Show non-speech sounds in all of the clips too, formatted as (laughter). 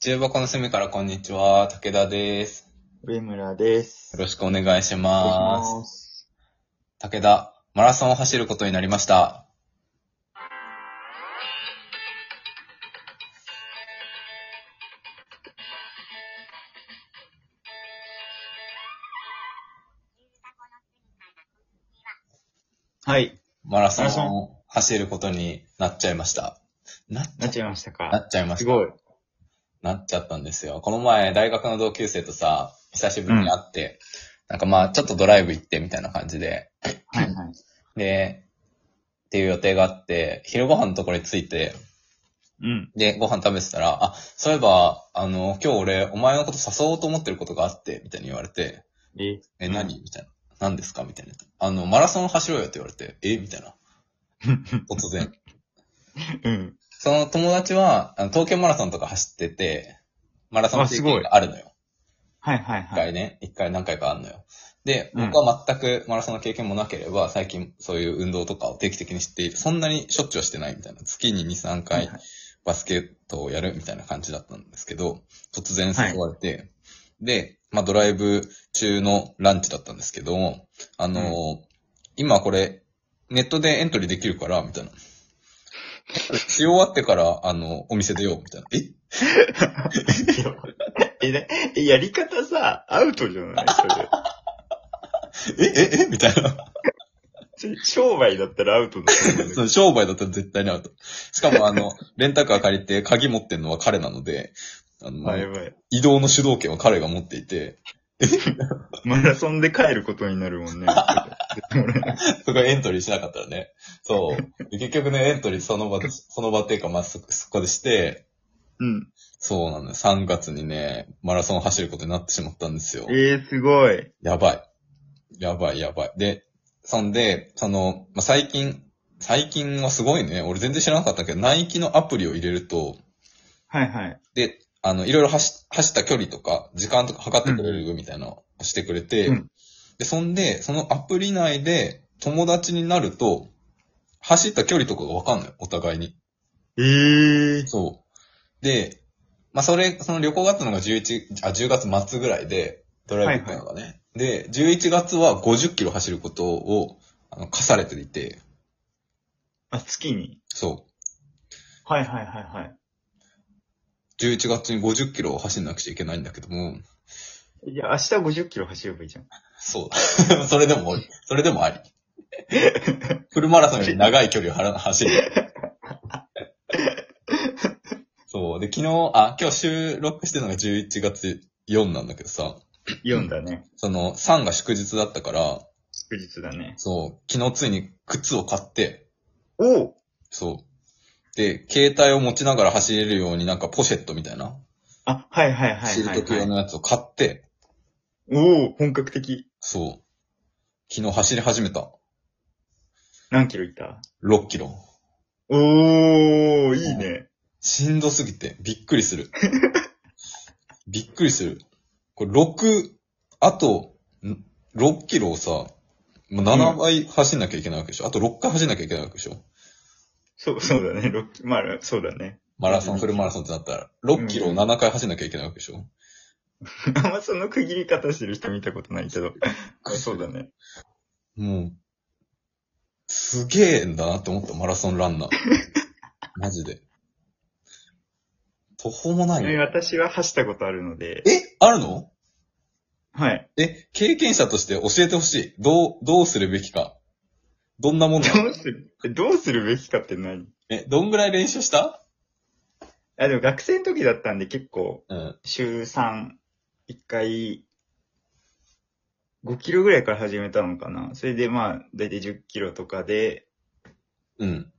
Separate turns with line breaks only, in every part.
重箱の隅からこんにちは、武田です。
上村です。
よろしくお願いし
お
ま
願い
す
し。ます。
武田、マラソンを走ることになりました。
はい。
マラソ
マラソ
ンを走ることになっちゃいました。な、
なっちゃいました
な
か
っちゃいまし
す
た。
ごい。
なっちゃったんですよ。この前、大学の同級生とさ、久しぶりに会って、なんかまあ、ちょっとドライブ行ってみたいな感じで、
はいはい。
で、っていう予定があって、昼ご飯のところに着いて、
うん。
で、ご飯食べてたら、あ、そういえば、あの、今日俺、お前のこと誘おうと思ってることがあって、みたいに言われて、
え、
え、
うん
何みたいな。何ですかみたいな。あの、マラソン走ろうよって言われて、えみ
(laughs)
たいな。突然。
うん。
その友達は、あの東京マラソンとか走ってて、マラソン
あ
経
すごい
験があるのよ。
はいはい
一
はい。
回ね、一回何回かあるのよ。で、
うん
僕は全くマラソンの経験もなければ、最近そういう運動とかを定期的に知っている。そんなにしょっちゅうはしてないみたいな。月に2、3
はい
回
はい。
バスケットをやるみたいな感じだったんですけど、突然誘われて、で、まあドライブ中のランチだったんですけども、あのー今これ、ネットでエントリーできるから、みたいな。し終わってから、あの、お店出よう、みたいな。え
(laughs) え、なえ、やり方さ、アウトじゃないそ
えええみたいな。
れ。ち商売だったらアウトだと思う
その商売だったら絶対にアウト。しかも、あの、レンタカー借りて鍵持ってんのは彼なので、あの、
あ、やばい。
移動の主導権は彼が持っていて、
マラソンで帰ることになるも (laughs) んね。
そこエントリーしなかったらね。そう。で結局ね、エントリーその場で、その場っていうか、まあ、そ、そこでして、
うん。
そうなのよ。3月にね、マラソンを走ることになってしまったんですよ。
えー、すごい。
やばい。やばい、やばい。で、そんで、その、まあ、最近、最近はすごいね。俺全然知らなかったけど、ナイキのアプリを入れると、
はいはい。
で、あの、いろいろ走走った距離とか、時間とか測ってくれるみたいなのをしてくれて、
うん
で、そんで、そのアプリ内で友達になると、走った距離とかがわかんない、お互いに。
えー。
そう。で、まあ、それ、その旅行があったのが11、あ、10月末ぐらいで、ドライブ行ったのがね。で、11月は50キロ走ることを、あの、課されていて、
あ、月に。
そう。
はいはいはいはい。
11月に50キロを走んなくちゃいけないんだけども、
いや、明日50キロ走ればいいじゃん。
そう。 (laughs) それでも、それでもあり。フルマラソンより長い距離をはら走る。そう。で、昨日、あ、今日収録してるのが11月4なんだけどさ、
4だね。
その3が祝日だったから、
祝日だね。
そう、昨日ついに靴を買って、
おう
そう。で、携帯を持ちながら走れるようになんかポシェットみたいな、
あ、はいはいはい
シー
は
ル
い、
ド
は
用
い。
のやつを買って、
おお本格的。
そう。昨日走り始めた。
何キロいった
6キロ。
おー、いいね。
しんどすぎて、びっくりする。 (laughs) びっくりする。これ6、あと、ん6キロをさ、もう7倍走んなきゃいけないわけでしょ。あと6回走んなきゃいけないわけでしょ。
そう、そうだね。ロッキまあ、そうだね。 (laughs)
マラソン、フルマラソンってなったら、6キロを7回走んなきゃいけないわけでしょ。
あんまその区切り方してる人見たことないけど。 (laughs) そうだね。
もう、すげえんだなって思った、マラソンランナ (laughs) ー。マジで。途方もない
ね
よ。
私は走ったことあるので。
えあるの
はい。
え、経験者として教えてほしい。どう、どうするべきか。どんなもんな
ど
の
うする、どうするべきかって何
え、どんぐらい練習した
あ、でも学生の時だったんで結構、
うん。
週3、1回、5キロぐらいから始めたのかな。それでまあ、だいたい10キロとかで、
うん。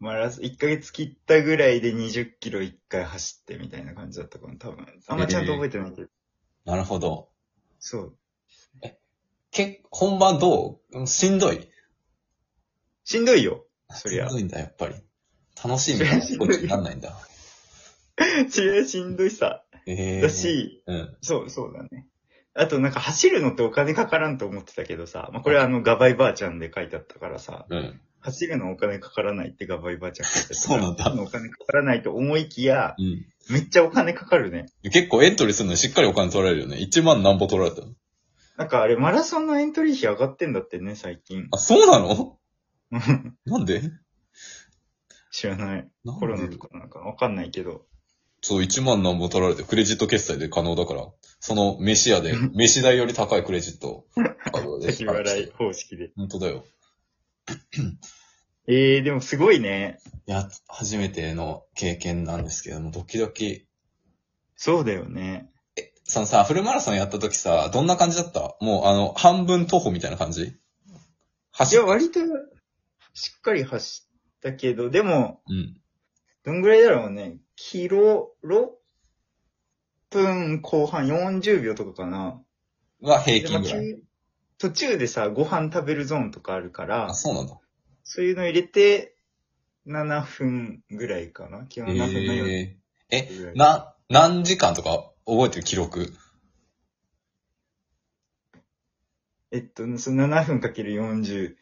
マラソン、1ヶ月切ったぐらいで20キロ1回走ってみたいな感じだったかな、多分。あんまちゃんと覚えてないけど。
なるほど。
そう。
け、本番どううんしんどい。
しんどいよ。 (laughs) そり
しん
ゃ。
どいんだ、やっぱり。楽しいみたいなことになんないんだ。
そりゃしんどいさ。
ええ
だし、
うん。
そう、そうだね。あとなんか走るのってお金かからんと思ってたけどさ、まあ、これはあの、ガバイばあちゃんで書いてあったからさ、
うん。
走るのお金かからないってガバイばあちゃん書いてあったから。
そうなんだ
走るのお金かからないと思いきや、
うん。
めっちゃお金かかるね。
結構エントリーするのにしっかりお金取られるよね。1万何歩取られたの
なんかあれ、マラソンのエントリー費上がってんだってね、最近。
あ、そうなの
うん
なんで
(laughs) 知らない。
なん
コロナ
で
とかなんかわかんないけど。
そう、1万何本取られて、クレジット決済で可能だから、その飯
(laughs)
屋で、飯代より高いクレジットカードで。
先払い方式で。
本当だよ。
えー、でもすごいね。
いや、初めての経験なんですけども、ドキドキ。
そうだよね。
そのさ、フルマラソンやった時さ、どんな感じだったもう、あの、半分徒歩みたいな感じ
い
走
や、
る。
割としっかり走ったけど、でも、
うん。
どんぐらいだろうね。キロ、6分後半40秒とかかな。
は平
でまあ
均ぐらい。
中途中でさ、ご飯食べるゾーンとかあるから
あ、、そうなんだ。
そういうの入れて、7分ぐらいかな。基本7分の4
えー、え、
ぐらい。
な、何時間とか覚えてる記録
えっと、その7分かける42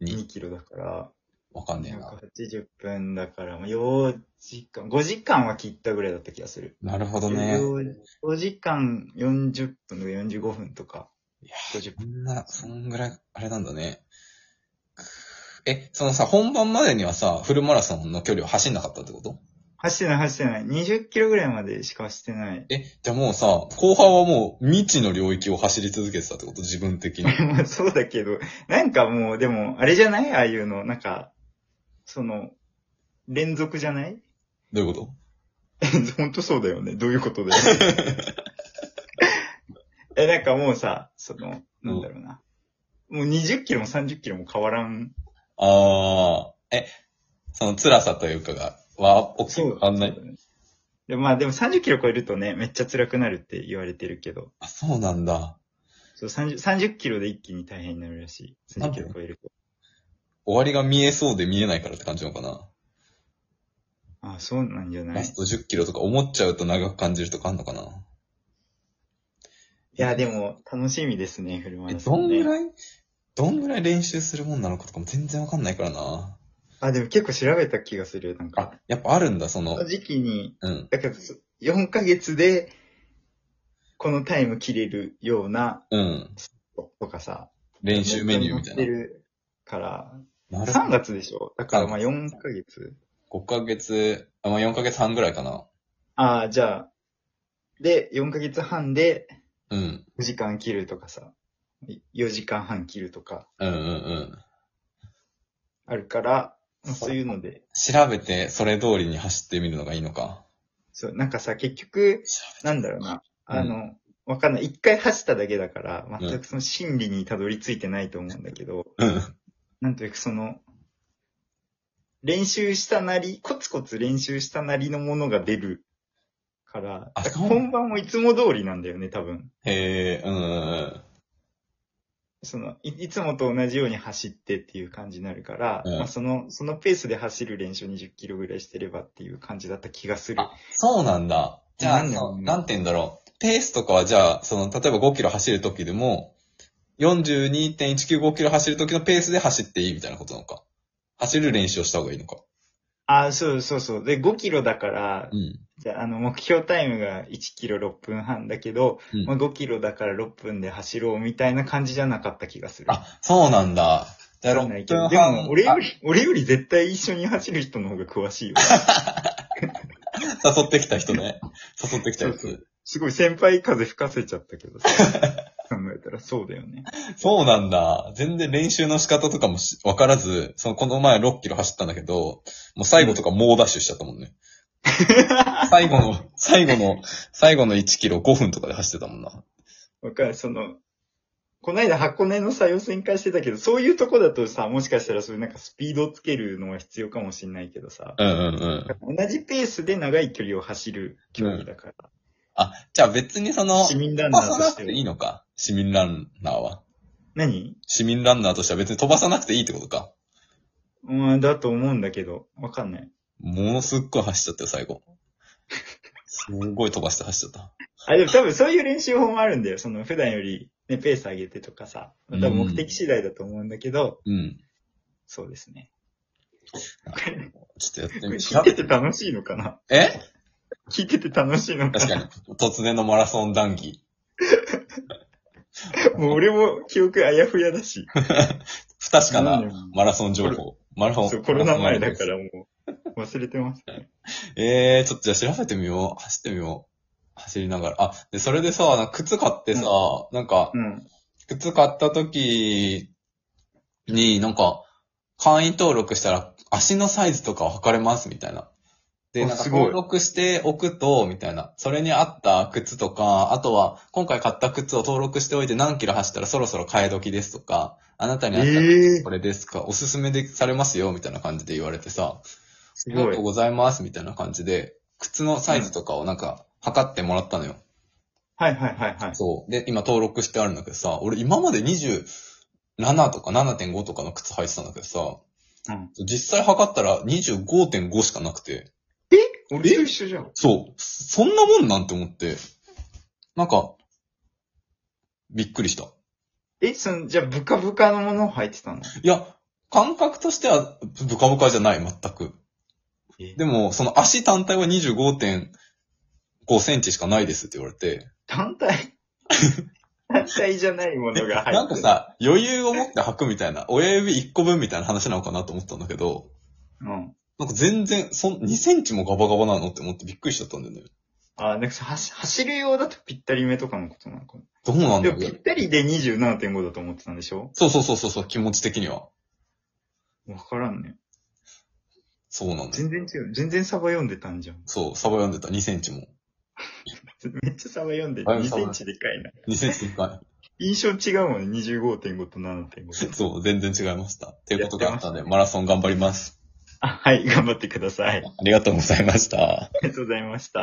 に、
キロだから、
わかんねえな。
180分だから、まあ4時間、5時間は切ったぐらいだった気がする。
なるほどね。
5時間40分とか45分とか、
い
50
そんな、そんぐらい、あれなんだね。え、そのさ、本番までにはさ、フルマラソンの距離を走んなかったってこと
走ってない走ってない。20キロぐらいまでしか走ってない。 (laughs)
え、じゃあもうさ、後半はもう未知の領域を走り続けてたってこと自分的
(laughs)
に。
まあそうだけど、なんかもう、でも、あれじゃないああいうの、なんか、その、連続じゃ (laughs) ない
どういうこと
ほんとそうだよね。どういうことだよ、ね。 (laughs) え、なんかもうさ、その、なんだろうな。もう20キロも30キロも変わらん。
あー、え、その辛さというかが、は、大きく変わんない。
ね。でまあでも30キロ超えるとね、めっちゃ辛くなるって言われてるけど、
あ、そうなんだ。
そう 30, 30キロで一気に大変になるらしい。30キロ超えると。
終わりが見えそうで見えないからって感じなのかな。
ああ、そうなんじゃな
ラ
い
スト10キロとか思っちゃうと長く感じるとかあんのかな。
いや、でも、楽しみですね、フルマ
え、
ラ
ど
ソン、
ん
ね。
ぐらいどんぐらい練習するもんなのかとかも全然わかんないからな。
あ、でも結構調べた気がする、なん
あ
か。、
やっぱあるんだ、その
この、時期に、
うん。
だからそ4ヶ月で、このタイム切れるような、
うん。
とかさ。
練習メニューみた
載って
い
るから、
な。なる
3
ほど。
月でしょだからまあ4ヶ月。
5ヶ月、あ、まあ、4ヶ月半ぐらいかな。
ああ、じゃあ、で、4ヶ月半で
うん。
5時間切るとかさ、4時間半切るとか
うんうんうん。
あるから、まあそういうので、
調べて、それ通りに走ってみるのがいいのか。
そう、なんかさ、結局、
調べ
なんだろうな。
うん
あの、わかんない。一回走っただけだから、
うん
全くその心理にたどり着いてないと思うんだけど、
うん。
なんというかその、練習したなり、コツコツ練習したなりのものが出るから、
あ
だから
そう
本番もいつも通りなんだよね、多分。
へえ、うんうん
そのい、いつもと同じように走ってっていう感じになるから、
うん
まあその、そのペースで走る練習20キロぐらいしてればっていう感じだった気がする。
あそうなんだ。じゃあ、
なんだろう
そう
ね
なんて言うんだろう。ペースとかはじゃあ、その、例えば5キロ走るときでも、42.195キロ走るときのペースで走っていいみたいなことなのか。走る練習をした方がいいのか。
あ、そうそうそう。で、5キロだから
う、ん。
じゃあ、あの、目標タイムが1キロ6分半だけど、
うん
まあ、5キロだから6分で走ろうみたいな感じじゃなかった気がする。
あ、そうなんだ。じゃあ
わかんない
6
けど
分
でも、
半。
俺より、俺より絶対一緒に走る人の方が
(laughs)
詳しいよ。
あ誘ってきた人ね。誘ってきたや
そう
つ。
すごい先輩風吹かせちゃったけどさ。
(laughs)
考えたらそうだよね。
そうなんだ。全然練習の仕方とかもしわからず、その、この前6キロ走ったんだけど、もう最後とか猛ダッシュしちゃったもんね。最後の、最後の、最後の1キロ5分とかで走ってたもんな。
わかる、その、この間箱根のさ、予選会してたけど、そういうとこだとさ、もしかしたらそういうなんかスピードをつけるのは必要かもしれないけどさ、
うんうんうん。
同じペースで長い距離を走る競技だから、
あ、じゃあ別にその、
市民ラン
飛
ナ
ばさ
ーと
な
し
く
て
て
はい
いのか。市民ランナーは。
何
市民ランナーとしては別に飛ばさなくていいってことか。
うん、だと思うんだけど、わかんない。
ものすっごい走っちゃったよ、最後。すごい飛ばして走っちゃった。
あ、でも多分そういう練習法もあるんだよ。その普段より、ね、ペース上げてとかさ、多分目的次第だと思うんだけど、
うん。
そうですね。
ちょっとやって
これ (laughs)
み
聞いてて楽しいのかな
え
聞いてて楽しいのか
(laughs) 確かに、突然のマラソン談義。
な。もう俺も記憶あやふやだし。
不確か
う
なんマラソン情報。マラソン。。
そう、コロナ前だかららもう、忘れてます。
えー、ちょっとじゃあ調べてみよう。走ってみよう。走りながら。あ、で、それでさ、なんか靴買ってさ、なんか、
(laughs) うん。
靴買った時に、なんか、会員登録したら、足のサイズとかを測れます、みたいな。で、
あ
なんか
すごい
登録しておくと、みたいな。それに合った靴とか、あとは、今回買った靴を登録しておいて何キロ走ったらそろそろ替え時ですとか、あなたに合った
ええ
これですか、おすすめでされますよ、みたいな感じで言われてさ、あ
す
りが
ご
とう
い。
ございます、みたいな感じで、靴のサイズとかをなんか、測ってもらったのよ。
はいはいはいはい。
そう。で、今登録してあるんだけどさ、俺今まで27とか7.5とかの靴履いてたんだけどさ、
うん
実際測ったら25.5しかなくて、
俺と一緒じゃん。
そう。そんなもんなんて思って、なんか、びっくりした。
え、その、じゃあ、ブカブカのものを履いてたの
いや、感覚としてはブカブカじゃない、全く。
え
でも、その足単体は25.5センチしかないですって言われて、
単 (laughs) 体単体じゃないものが入ってる。
なんかさ、余裕を持って履くみたいな、親指1個分みたいな話なのかなと思ったんだけど、
うん。
なんか全然、そん、2センチもガバガバなのって思ってびっくりしちゃったんだよね。
あ、なんかさ、走走る用だとぴったりめとかのことなのか
どうな
な。
ん
で
だ
も、
ろ
ぴ
う
っ。たりで27.5だと思ってたんでしょ
そうそうそうそうそう、気持ち的には。
わからんね。
そうなんだよ。
全然違う。全然サバ読んでたんじゃん。
そう、サバ読んでた、2センチも。
めっちゃサバ読んでる。
だいぶ
2
サバ
センチでかいな。
2センチでか
印象違うもんね。25.5と7.5 (laughs)
い。。そう、全然違いました。っていうことがあったんで、
やってましたね
マラソン頑張ります。
あはい、頑張ってください。あ
ありがとうございました。
りがとうございました。